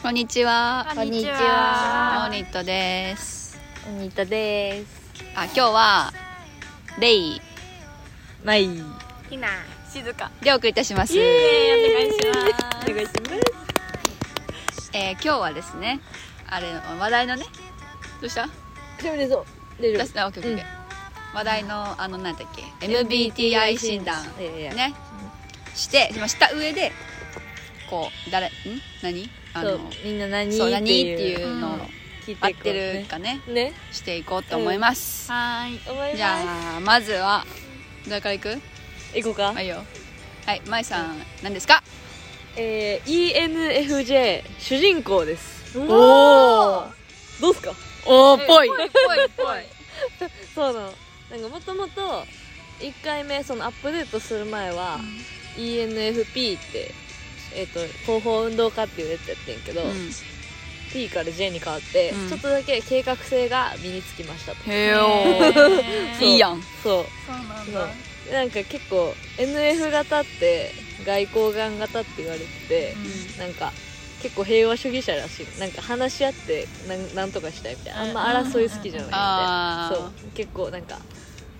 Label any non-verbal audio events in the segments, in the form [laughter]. こんにちは。こんにちモーはニットです。ニタですあ、今日はレイないひな静かでお送りいたします。お願いしまおす願いしますえー今日はですね、あれ話題のね、どうした？大丈夫そう大出した。オッケーオッケーオッケー。話題のあのなんだっけ、MBTI 診断いやいやねしてしました上で、こう誰ん何あそのうみんな何そう何っってていういうのをうん聞い合っていこうてるかねねねしていこうと思います。はーい思いますじゃあまずはどれからいく？行こうかはいよ。はい、まいさん何ですか？えー ENFJ 主人公ですおーどうっすかおーぽい。そうなのなんかもともと1回目そのアップデートする前は、ENFP って、えっと広報運動家っていうやつやってんけど、P から J に変わって、うんちょっとだけ計画性が身につきましたとへーえ。いいやん。そうそうなんだそうなんか結構 NF 型って外交官型って言われてて、なんか結構平和主義者らしいなんか話し合ってなんなんとかしたいみたいなあんま争い好きじゃないみたいあなーそう結構なんか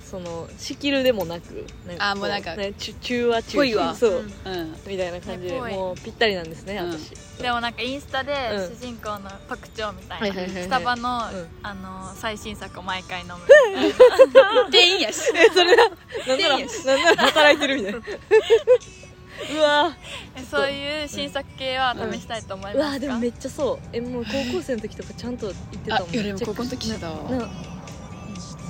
その仕切るでもなくなんあーもうなんかね、中中和中ぽいわ [laughs] そう、んうん。みたいな感じでねぽいもうぴったりなんですね、うん私でもなんかインスタでうん主人公のパクチョウみたはいいはいなはいはいスタバのうんあの最新作を毎回飲む店員やし。なんならいいよなんなら働いてるみたいなうわえそういう新作系は試したいと思いーうわまーすでかもめっちゃそうえもう高校生の時とかちゃんと行ってたあもん、いやでもチェッ高ク校の時だわ。な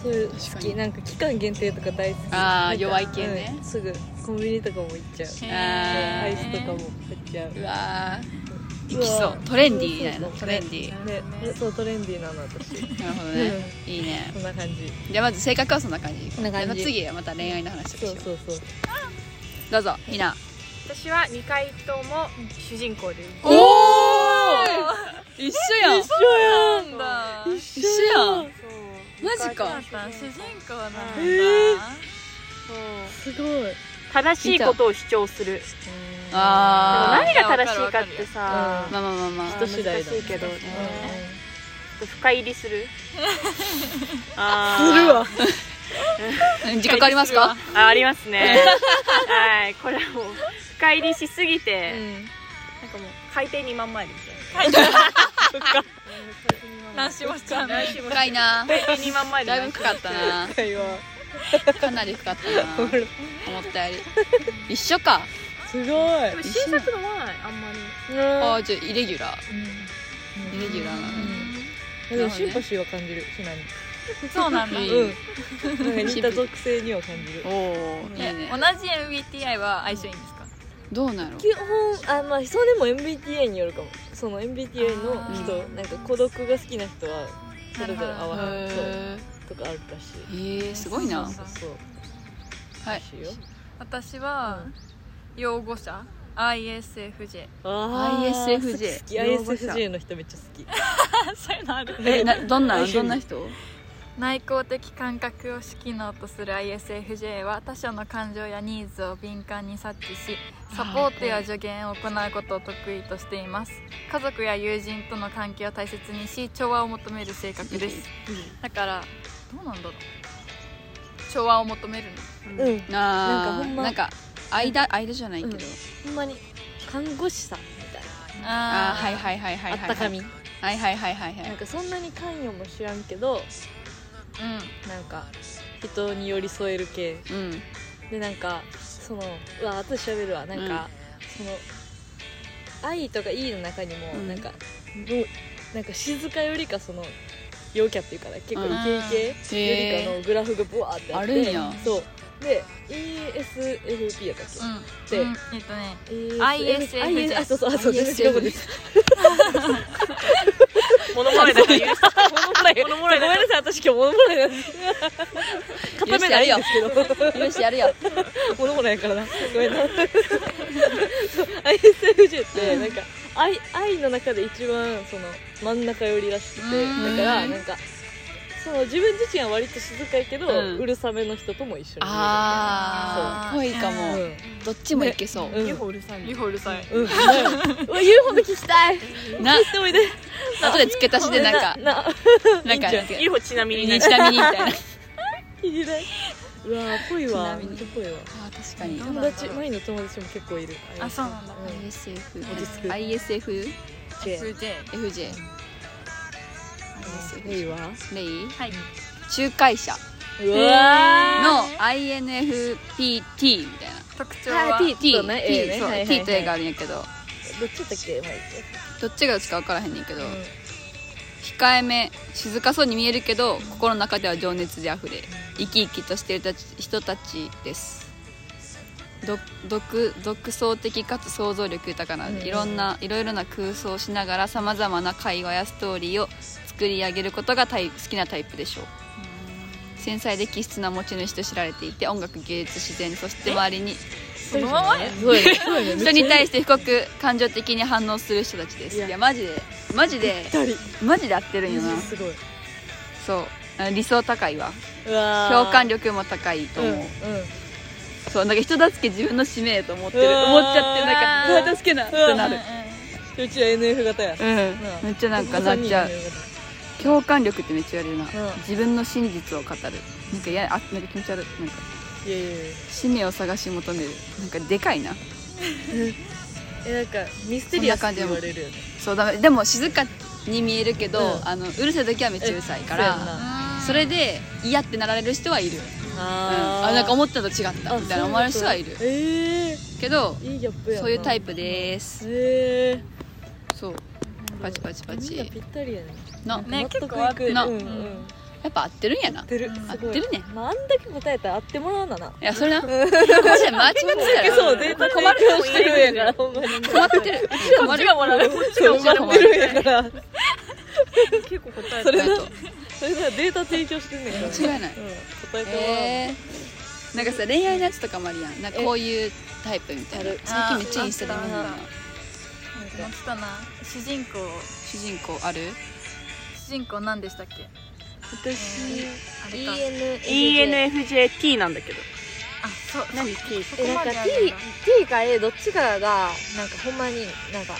そういう好確かきになんか期間限定とか大好きあーなんか弱い系ねうんすぐコンビニとかも行っちゃうへーあーアイスとかも買っちゃううわー。ういわきそう。トレンディーやな。そうそうトレンディー。ねねそうトレンディーなの私なるほどね。いいね。 [laughs] そんな感じじゃあまず性格はそんな感じ。そんな感じでまあ次はまた恋愛の話をしそようう。そうそうどうぞひな。私は2回とも主人公ですおお。一緒やん。緒そうなんだ一緒やん。そうマジそうかなんだ主人公なんだえそうすごい正しいことを主張するでもあ何が正しいかってさあ。まあまあまあまあ。人次第難だしいけどうん深入りするすあーるわうん自覚ありますか？あありますねはいこれはもう深入りしすぎて、なんかもう海底2万マイルみたい何しもしちゃうのな何しもし深いな。海底2万マイルだいぶ深かったな。会話かなり深かったなほら思ったより一緒かすごいでも新作のはあんまりあああじゃあイレギュラーイレギュラーなでもシンパシーは感じるひなにそうなんだいいうんなんか似た属性には感じるおおいいえね同じ MBTI は相性いいんですかどうなの基本あまあそうでも MBTI によるかもその MBTI のあー人なんか孤独が好きな人はそれぞれ合わなへいそうーとかあるらしえー、すごいなそうそういそうはいらしいよ私は擁護者 ISFJ [laughs] あー ISFJ 好き擁護者 ISFJ の人めっちゃ好そういうのあるえ [laughs] などんなはいどんな人内向的感覚を主機能とする ISFJ は他者の感情やニーズを敏感に察知しサポートや助言を行うことを得意としています家族や友人との関係を大切にし調和を求める性格ですだからどうなんだろう調和を求めるのきうんななんかあほんまなんか間間じゃないけど、うんほんまに看護師さんみたいあああはいいはいはいはいなはいあったかみはいはいはいはいはなんいかそんなに関与も知らんけどうなんか人に寄り添える系うんでなんかそのうわ私喋るわなんか、その愛とかいいの中にも、うんなんかぶなんか静かよりかその陽キャっていうから結構うんイケイケよりかのグラフがブワーってあって、あるんやそうで ESFP やったっんうんでうんえっとねけ、 ISFJ IS あそうそうあそ ISFJ う全然違うことです物もらいだから許して [laughs] 物もらいごめんなさい私今日物もらいなん [laughs] です固めないんですけどよしやるよものもないからなごめんなそう ISFJ ってなんか愛愛の中で一番その真ん中寄りらしくてうーんだからなんかその自分自身は割と静かいけど、ううんるさめの人とも一緒にいるあーぽいかも、うんどっちもいけそう、うん UFO うるさいねユホルさんうん、うわ UFO の聞きたいな聞いておいで後で付け足しでなん [laughs] かなななんかいいんち UFO ちなみにねなみにみたいなあ聞きたいうわーぽいわちなみにめっちゃぽいわー確かにどうな友んだろう達前の友達も結構いるあそうなんだ ISF 落ち着く ISFJ OK すげえ FJ ぽいわレイはい仲介者うわの INFPT みたいな特徴はは、い T T とね A ね T そうはいはいはい T と A があるんやけどどっちだったっけマイどっちがどっちか分からへんねんけど、ク控えめ静かそうに見えるけど心の中では情熱であふれ生き生きとしているたち人たちですど独独創的かつ想像力豊かな、うんいろんないろいろな空想をしながらさまざまな会話やストーリーを作り上げることがタイ好きなタイプでしょう繊細で気質な持ち主と知られていて音楽芸術自然そして周りにそのままやすごいねすごいね人に対しして深く感情的に反応する人たちですいいややマジでマジでて2マジで合ってるんよな人すごいそうあ理想高いわうわー共感力も高いと思う、うんうんそうなんか人助け自分の使命と思ってるうわー思っちゃってなんかうわーうわ助けなってなるうちは NF 型やうんめっちゃなんかなっちゃう共感力ってめっちゃ言われるな、うん自分の真実を語るなんかいやあなんか気持ち悪いなんかいやいやいや使命を探し求めるなんかでかいなえなんかミステリアスって言われるよねそうだめでも静かに見えるけど、うんあのうるさい時はめっちゃうるさいからそうやんなそれで嫌ってなられる人はいる、うん、あなんか思ったのと違ったみたいな思われる人はいるええけどいいギャップやなそういうタイププですえそうえパチパチパチみんなぴったりやねなね納得結い構くなうんうんやっぱ合ってるんやな合ってるうんすごい合ってるねまああんだけ答えたら合ってもらわなないやそれなこっちで間違ってたらそうデータ困るをしてるんやからほんまに困ってるうちが困るこっちが困ってるんやから結構答えそたれなあとそれなデータ提供してんねんから間違いないうん答えてもらわなえーなんかさ恋愛のやつとかもあるやんなんかこういうタイプみたいなある最近めっちゃインスタで見るなあなんかな主人公主人公ある主人公何でしたっけ私あれか EN ENFJT なんだけどあそう何 T そこえなまんかであ T, るんだ T か A どっちかがなんかほんまになんか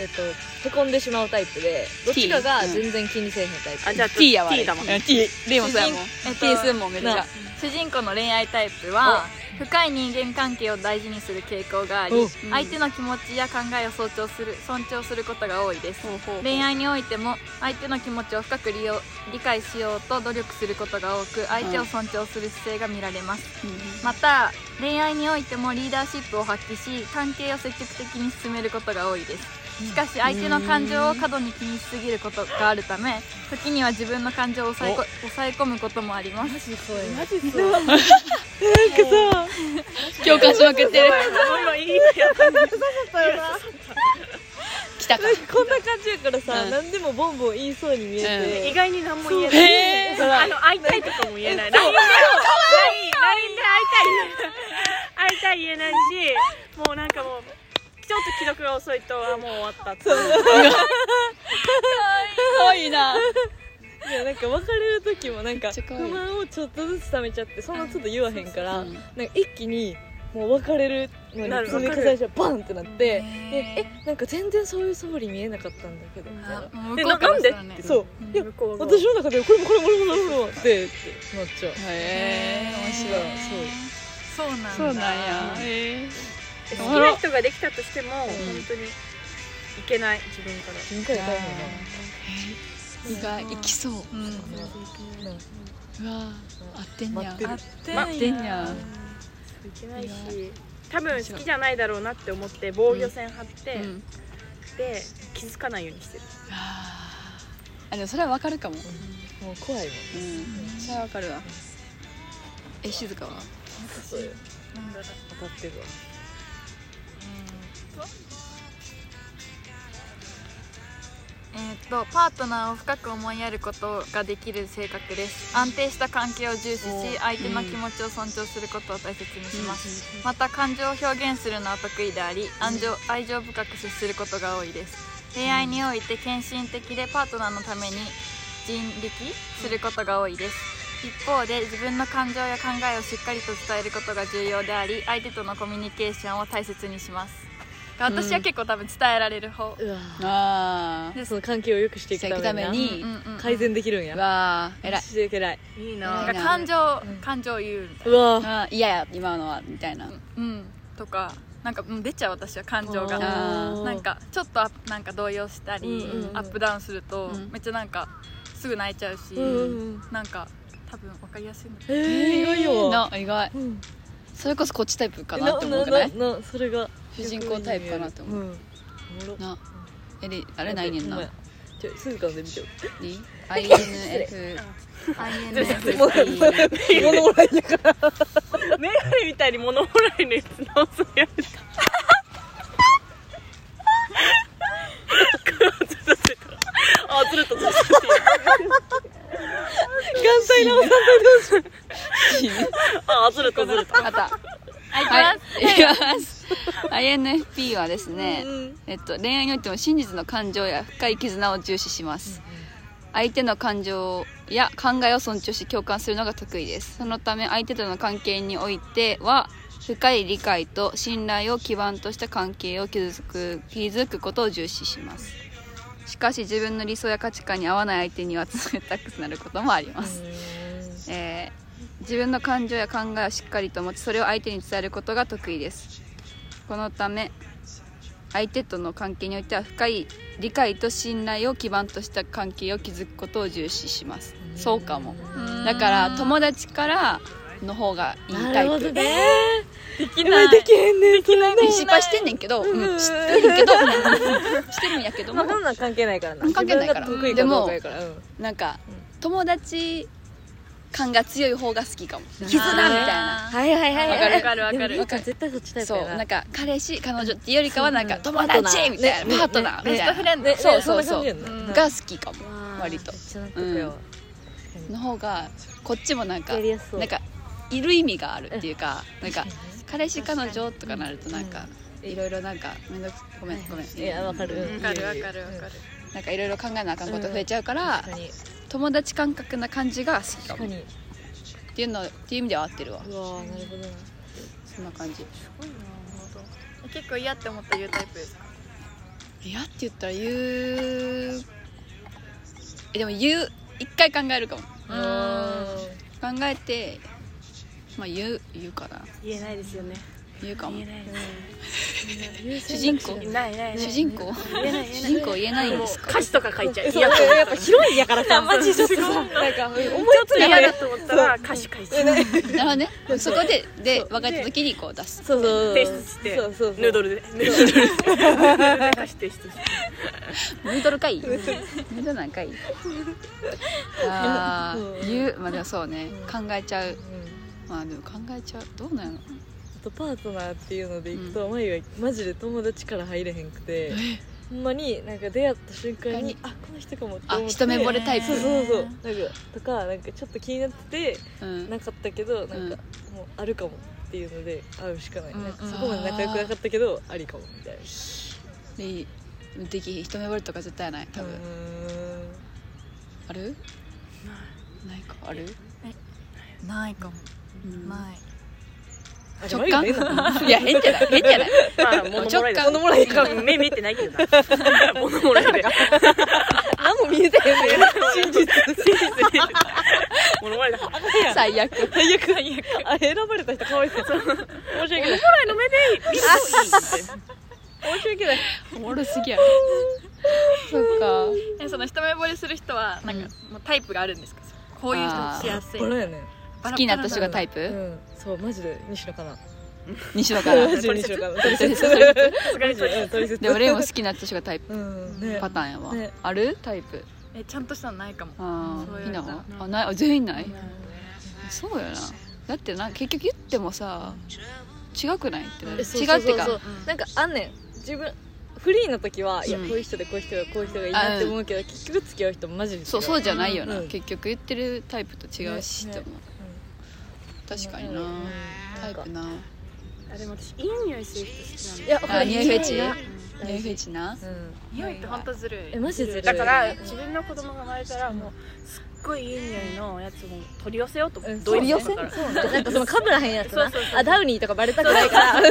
えっ、とへこんでしまうタイプでどっちかが全然気にせえへんタイプ、あじゃあ T やわ T だもん T レイもそうやもん主人えっと T すんもんめっちゃな主人公の恋愛タイプは深い人間関係を大事にする傾向がありお相手の気持ちや考えを尊重する尊重することが多いです恋愛においても相手の気持ちを深く利用理解しようと努力することが多く相手を尊重する姿勢が見られますまた恋愛においてもリーダーシップを発揮し関係を積極的に進めることが多いですしかし相手の感情を過度に気にしすぎることがあるため時には自分の感情を抑えこ抑え込むこともありますマジそうやマジそうなんかさ共感しまくって [laughs] る今いいやった来たかなん [laughs] かこんな感じやからさ、うん何でもボンボン言いそうに見え意て、外に何も言えないえーあの会いたいとかも言えない LINE で LINE で会いたい会いたい言えないしもうなんかもうちょっと既読が遅いとあもう終わったってわいいないやなんか別れる時もなんかめっちゃ不可愛い満をちょっとずつ溜めちゃってそんなちょっと言わへんから、うんなんか一気にもう別れるのになる積み重ねちゃうバンってなってでへーえなんか全然そういう素振り見えなかったんだけどみたいなあもうで向こうからしたらなねんでそううんいや向こうが私の中でこれもこれもこれもこれもこれもでってなっちゃうへえ面白いそうなんだそうなんやへえ好きな人ができたとしても本当にいけない自分から自分から大変意外いきそううんだななんかうわ合ってんや待ってるあ合ってんやいけないし多分好きじゃないだろうなって思って防御線張って、うんで気づかないようにしてるあーあでもそれはわかるかももう怖いもんうんそれはわかるわえ静かはそういうなんだろう当たってるわえーっとパートナーを深く思いやることができる性格です安定した関係を重視しお相手の気持ちを尊重することを大切にします、また感情を表現するのは得意であり愛情愛情深く接することが多いです恋愛において献身的でパートナーのために人力することが多いです一方で自分の感情や考えをしっかりと伝えることが重要であり相手とのコミュニケーションを大切にします私は結構多分伝えられる方、うわああでその関係を良くしていくしていくたためめににうんうんうん改善できるんやわあ偉いしていけないいいななかん感情、感情を言うみたいうわあー嫌や今のはみたいななうんとかなんかうん出ちゃう私は感情があーなんかちょっとあなんか動揺したり、うんうんうんアップダウンすると、うんめっちゃなんかすぐ泣いちゃうし、うんうんなんか多分分かりやすいのえー意外よな意外うんそれこそこっちタイプかなって思うくないななそれが主人公タイプかなって思ううんおもろなえりあれないねんなほまやちょすぐ噛んでみてよ D INF [laughs] INF もう物もらえないからメガネみたいに物もらいのやつ直すのやめたずっとずっとあずるとずるとって言眼う帯直さあずるとずると [laughs] あったはいいきます INFP はですね、うんえっと、恋愛においても真実の感情や深い絆を重視します、相手の感情や考えを尊重し共感するのが得意ですそのため相手との関係においては深い理解と信頼を基盤とした関係を築く築くことを重視しますしかし自分の理想や価値観に合わない相手には冷たくなることもありますえー自分の感情や考えをしっかりと持ちそれを相手に伝えることが得意ですこのため相手との関係においては深い理解と信頼を基盤とした関係を築くことを重視しますそうかもうんだから友達からの方がいいなタるほイどプねできやばいできへんねんそれな失敗してんねんけど、うんうん知ってるけど、 [laughs] うんしてるんやけどまもあそんなん関係ないからな関係ないから自分が得意かどうかやからうんなんかう友達感が強い方が好きかも絆みたいなはいはいはいはいわかるわかるでもいい絶対そっちタイプそうやなんなか彼氏彼女っていうよりかはなんかうん友達みたいねなパートナーみベスたトいフなレンドそうそそんうそうな感じやんうなねが好きかもわー割とめっちゃ納得やわの方がこっちもなんかやりやすそうなんかいる意味があるっていうかなんか確彼氏彼女とかなるとなんかいろいろなんかめんどくごめんごめんいやわかるわかるわかるわかるなんかいろいろ考えなあかんこと増えちゃうから確かに友達感覚な感じが好きか確かもっにていうのっていう意味では合ってるわうわーなるほどなそんな感じ結構嫌って思った言うタイプですか嫌って言ったら言うえでも言う一回考えるかも考えてまあ言う言うかな言えないですよね言うかも言えないです主人公言えないないない主人公言えない主人公言えないんもでうすか歌詞とか書いちゃうそう嫌だやっぱヒロインやからさ [laughs] マジちょっとさなんか思いつい嫌てだと思ったら歌詞書いちゃうなるほどねそこでで分かった時にこう出すそうそう提出してそうそうそうヌードルでヌードルで歌詞提出してヌードルかいヌードルなんかいあうあん言うまあでもそうねう考えちゃううんまあでも考えちゃうどうなのあとパートナーっていうのでいくと、まゆがマジで友達から入れへんくてほんまになんか出会った瞬間にあこの人かもってあ思って一目惚れタイそうプそうそうなんかとかなんかちょっと気になってうてんなかったけどなんか、もうあるかもっていうので会うしかない、なんかそこまで仲良くなかったけどありかもみたいなでできひん一目惚れとか絶対ない多分うーんあるないかあるないかもうんないあ直でもあ感りかもね [laughs] いや変じゃない変じゃないまあ物もらいだ直感物もらいだ目 [laughs] 見えてないけどな物もらいで [laughs] 何も見えてへんねん [laughs] 真実物もらいだ最悪最悪最悪あ選ばれた人かわいそう申し訳ないの目で申し訳ないおもろすぎやろそっかえその一目惚れする人はなんかもうタイプがあるんですかこういう人しやすいこれやねん好きになった人がタイうプんそうマジで西野かな西野 [laughs] からマジで西野かな取取説説取説すがに取取説で俺も好きになった人がタイプうんねパターンやわねあるタイプえちゃんとしたのないかもあそうあいうひなやはつだあないあ全員ないそうやなだってな結局言ってもさ違くないってなるえ違そうそううっそてうかそうなんかあんねん自分フリーの時は、いやうこんういう人でこういう人がこういう人がいいなって思うけど、結局付き合う人もマジで違そうそうじゃないよなうん結局言ってるタイプと違うしねってね思う確かになうんタイプなあでも私いい匂いする人好きなんだいやわかある匂いフェチ匂いなニューフェチなうん匂いって本当ずるいえマジずるいだからうん自分の子供が生まれたらもうすっごいいい匂いのやつも取り寄せようと思っうんてドイツとかからそうなんかそのかぶらへんやつなそうそうそうあダウニーとかバレたくないからド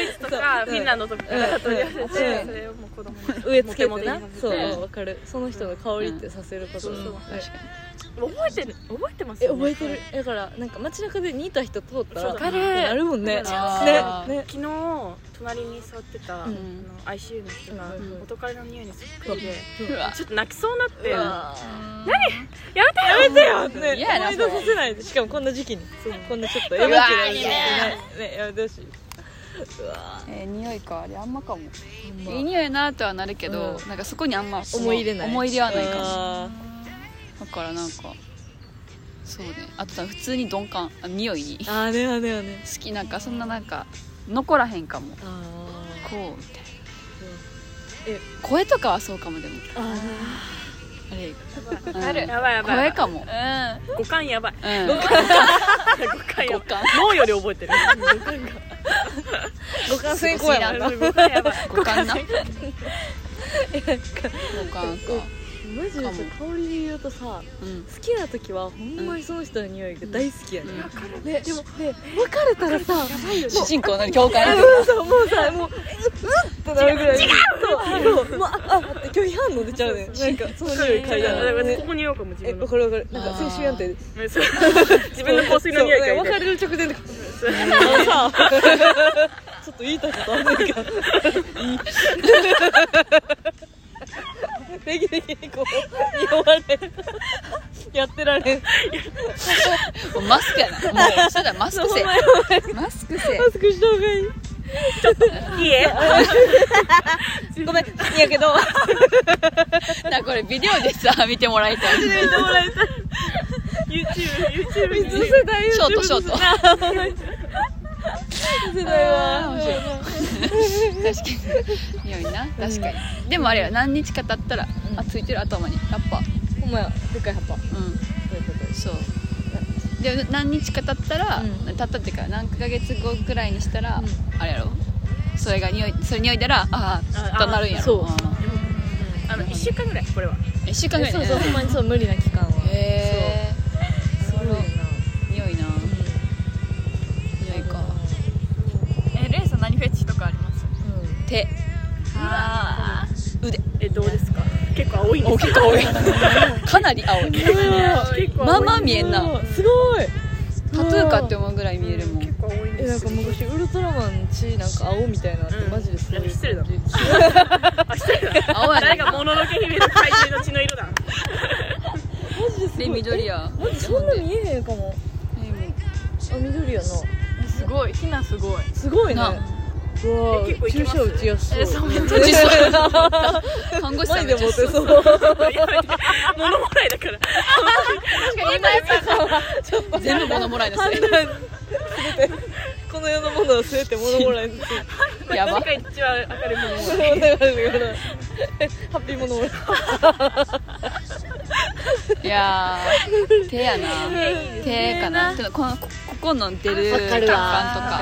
イツとかうフんィンランドとかから取り寄せうてんそれをもう子供に植え付けモてテモなテにさせてそうわかるその人の香りってさせることそうそうわかる確か覚えてる覚えてますえよ覚ねえてるだからなんか街中で似た人通ったらそうっわてかるなるもんねあーねね昨日隣に座ってた、うんあの ICU の人が、うん元彼の匂いにそっくりで、にうわちょっと泣きそうになってうやわ何めてよやめてよっね嫌やな思い出させないでしかもこんな時期にこんなちょっとエモくなる時期にねねやめてほしいうわえー匂いかあれあんまかもまいい匂いやなとはなるけど、うんなんかそこにあんま思い入れない思い入れはないかもあだからなんかそうねあと普通に鈍感あ匂いにーあーねあねあね好きなんかそんななんか残らへんかもあーこうみたいなえ声とかはそうかもでもあーねあれわかるやばいやばい声やばいかもう五感やばいうん五感や五ばい感脳より覚えてる五感先行や不もん思な五感やばい五感な五感かマジでさ香りで言うとうさん好きな時はほんまにその人の匂いが大好きやね、うんねでもで別れたらさ主人公の共感もやうさもうさもううっうっとなるぐらい違うそうそうもうあああって拒否反応出ちゃうねなんかその匂い嗅いだだからら、こね、こにいようかも自え分のわかるわかるなんか青春やんってねそう自分の香水の匂いそうねがいい別れる直前でそうあのさちょっと言いたいことあんねんけどできできにこう弱われんやってられんもうマスクやなもうそしたらマスク [laughs] せマスクせマスクした方がいいいいえごめんいやけど [laughs] なこれビデオでさ見てもらいたい YouTubeYouTube に水世代ショートショート水世代あーは面 [laughs] 確かに匂いな確かにでもあれは何日か経ったらうんあついてる頭にラッパほんまやでかい葉っぱどうういうことんそうで何日か経ったら、うん経ったっていうか何ヶ月後くらいにしたら、うあれやろそれが匂いそれ匂いだらあああとなるんやろそうあの1週間ぐらいこれは1週間ぐらいそうそうほんまにそう無理な期間はへえそうすごいな匂いな匂いかえレイさん何フェチとかあります手あ腕えどうですか結構青いんですよ構多いかなり青い結構まあまあ青い見えんなすごいタトゥーかって思うぐらい見えるもん結構青いんえでなんすかよ昔ウルトラマンの血なんか青みたいなのあってうんマジですごい失礼だあ失礼だ青や誰ねがもののけ姫の怪獣の血の色だで緑やマジそんな見えへんかもあ緑やなーすごいひなすごいすごいねなうわえ結構いけ注ます射打ちやすそうえそうめっちゃ打ちそうう看護師さ前んでめっモちゃそテうそうやめて物もらいだから全部物もらいです判断全てこの世のものは全て物もらいですやば確かに血は明るいものもお願いしますハッピーものもらいいやー手やな手かなでもこのこここの出る血管とか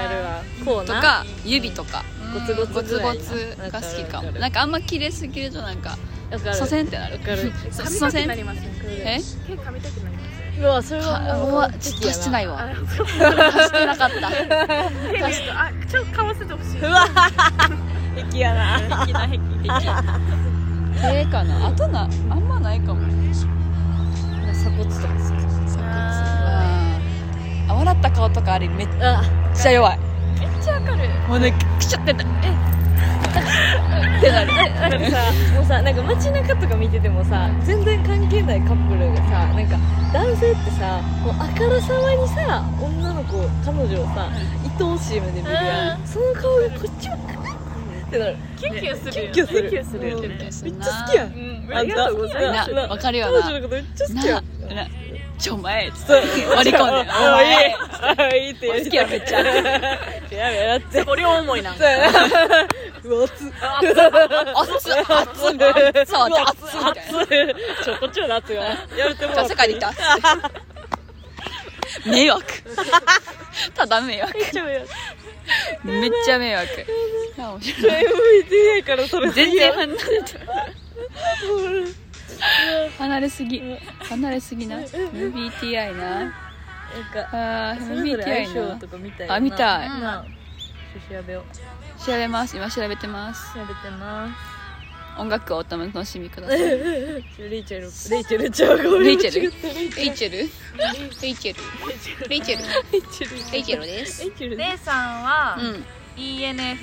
ことか指とかゴツゴツゴツぐらゴいなツが好きかもわかるわかるなんかあんま綺麗すぎるとなんかわかる祖先ってなるわかるそ祖噛みたく先なりますねえ手噛みたくなりますうわそれかはうもわうちょっとしてないわ [laughs] あ足してなかった手見るとあちょっとかわせてほしいうわ敵やな好きな癖手かなあとなあんまないかも鎖骨とか好きああーあ笑った顔とかあれめっあちゃ弱いめっちゃわかるもうねくしゃってなえってなるなんかさもうさなんか街中とか見ててもさ全然関係ないカップルがさなんか男性ってさもうあからさまにさ女の子彼女をさ愛おしい目で見るやんその顔がこっちもクッってなるキュンキュンするキュよンねキュンするキュンキュンするよねキュンうんキュンすめるっなちゃ好きやんうんああんりたがとうございますなわかるよ彼な女のことめっちゃ好きやなんなちょ前っつってそう割り込んでおあ前いいあいいって俺好きやめっちゃやめやってそこ両思いなんそうやなうわ熱っ熱っ熱っ熱っ熱っ熱っ熱っちょこっちは熱いわやめてもじゃらあって世界に行った [laughs] っつって迷惑ただ迷惑めっちゃ迷惑めっちゃ迷惑あ面白い誰も見てないからそれ全然離れた離れすぎ離れすぎな MBTI ななんかあーそれぞれ相 MBTI 性なとか見たいあ見たいなあちょっと調べよう調べます今調べてます調べてます音楽をお楽しみくださいレレイチェルレイチェルちゃうごめんレイチェル間違ったレイイチェチェルレイチェルレイチェルルレイチェルレイチェルですレイチェルレイさんはうん ENFJ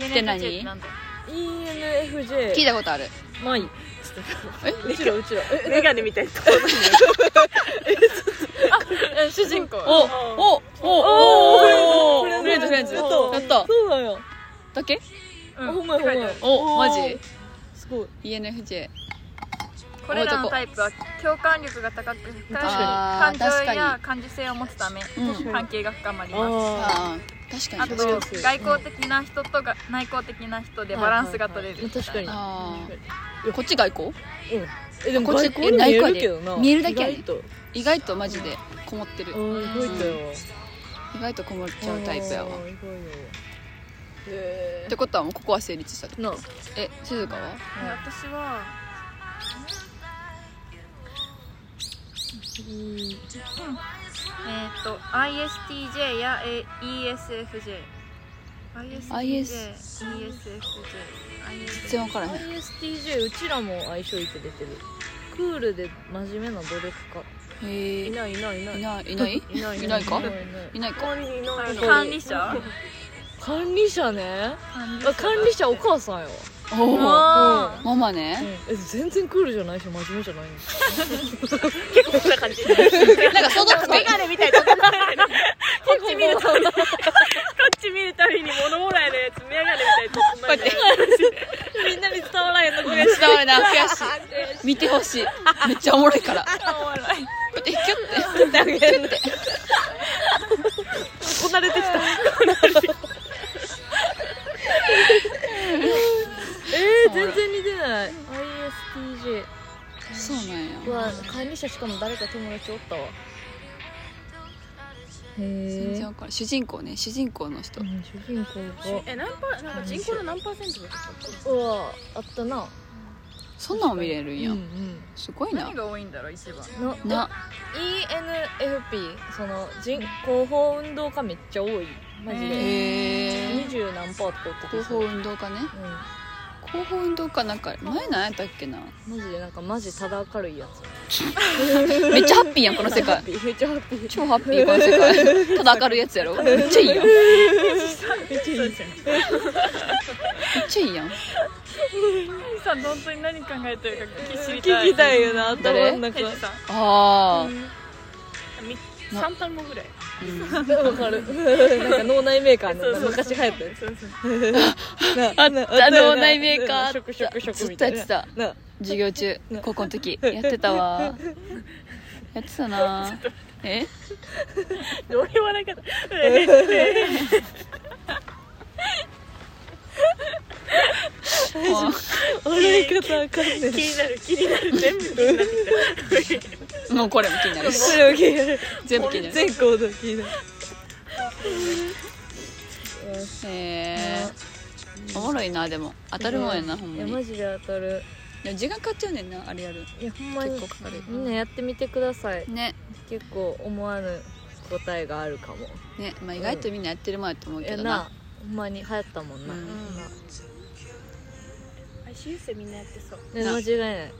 ENFJ て何ってなんだよ ENFJ 聞いたことあるマイえうちらうちらえメガネみたいなとこえ主人公おおおおおこれフレンズフレンズややっったたそうなんやだけうんあほんまやほんまやおマジすごい ENFJ これらのタイプは共感力が高く深いあ感ー情や確感受性を持つためうん関係が深まりますああー確かあにと確かに外確かに交的な人とが内向的な人でバランスが取れる確かにあ確ーこっち外交にうんえでもこっち外交に見えるけどえ内向なで見えるだけやね意外と意外とマジでこもってるうん動いたよ意外とこもっちゃうタイプやわあーっ意外やわへてことはもうここは成立したってえなあえ静香は私はうんえっと ISTJ やえ ESFJ ISTJ IS ESFJ 全然分からへん ISTJ うちらも相性いいって出てるクールで真面目な努力へえ家いいないいないいないないいないいないいないかいないいないか周りにいないの管理者管理者ねあ管理者お母さんやわ、おおあママうんねえ全然クールじゃないし真面目じゃないの結構こんな感じなんかそのメガネみたいなとここっち見るとこっち見るたびに物もらいのやつメガネみたいなとこまでみんなに伝わらへんのこれ伝わるな悔しい見てほしいめっ [laughs] ちゃおもろいからこうやってキュッてキュッてこなれてきたえー、全然似てない ISTJ そうなんうやわ管理者しかも誰か友達おったわへ全え然分からん主人公ね主人公の人主人公がえ何パーなんか人口の何パーセントだったうわあったなそんなんを見れるんやうんうんすごいーな何が多いんだろう一番のな ENFP その人広報運動家めっちゃ多いマジでへえ二十何パーとかって広報運動家ね広報運動家なんか前なんやったっけ [laughs] なうん、マジでなんかマジただ明るいやめっちゃハッピーやんこのつ世界めっちゃハッピーめっち超ゃハッピーハッピーこの世界ただ明るいやつやろ [laughs] めっちゃいいやんめめっちゃいいじゃんっちゃいいやんケイさん本当に何考えてるか聞聞き知りたいきたいよな頭の中ケイジさんああ三単語ぐらいわかるなんか脳内メーカーそうのそう昔流行ったやつそうそうあっあ脳内メーカーショクショクショクずっみとやたいっなてたな授業中高校の時やってたわやってたなえ俺はなんか [laughs] ったも笑い方わかんねえ気になる気になる全部気になるうもうこれも気になるしそれを聞いてる全部気になる全行動聞いてるへえおもろいなでも当たるもんやなほんいまやにマジで当たるでも時間かかっちゃうねんなあれやるいやほんまに結構かかるみんなやってみてくださいね結構思わぬ答えがあるかもねまあ意外とみんなやってるもんやと思ういけやどななほんまに流行ったもんな、うん [laughs] あ修正みんなやってそうねな間違いないねね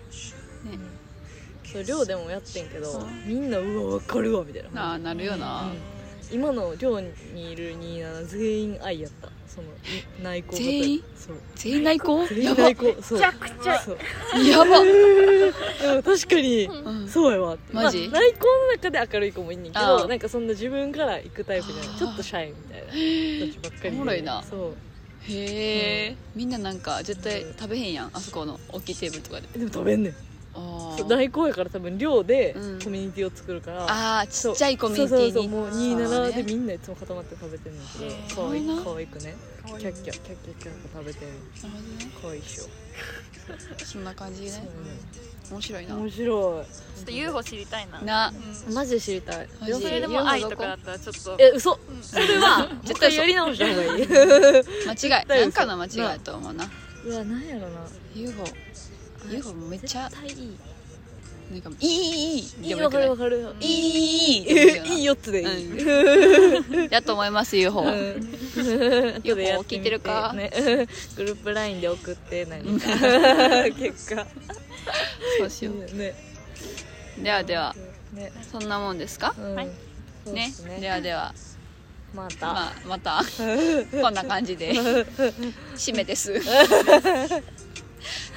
そう寮でもやってんけど、うんみんなうわわかるわみたいななあなるよなうん今の寮にいる27全員愛やったそのい内向型全員そう全員内向全や員ば内向そうめちゃくちゃそうやば [laughs] でも確かに、うんそうやわってマジまあ内向の中で明るい子もいんねんけあどーなんかそんな自分から行くタイプじゃなあーいちょっとシャイみたいな人たちばっかりでおもろいなそうへえ、みんななんか絶対食べへんやんあそこの大きいテーブルとかででも食べんねんあそうー内向やから多分寮でうんコミュニティを作るから、あーちそうっちゃいコミュニティにそうそうそうもうそう27ねでみんないつも固まって食べてるんだけど可そう愛ない可愛くねキャッキャキャッキャキャッキャ食べてるなるほどね可愛いっしょそんな感じね面白いな面白ちょっと UFO 知りたいなないうマジで知りたいマジん、それでも愛とかだったらちょっとえ嘘それは絶絶対対嘘やり直した方がいい間違い対嘘なんかの間違いだと思うなうわなんやろな UFO UFO もめっちゃ絶対いいなんかいいいいいいいでいもわよくかなるいわかるいいいいうんいい4つでいい、 [laughs] だと思います UFO うはん後でやってみ聞いてるかね、グループ LINE で送って何か結果そうしよねうではではね、そんなもんですかうんはいそうっねすではではまた、まあま [laughs] たこんな感じで締めです [laughs]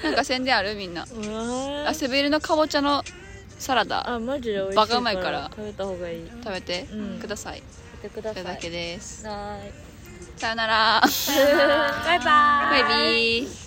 なんか宣伝あるみんなうわあーセベリのかぼちゃのサラダあマジで美味しいバカうまいから食べた方がいい食べてうんください食べてくだそされいだけですはーいさよならバイババイビー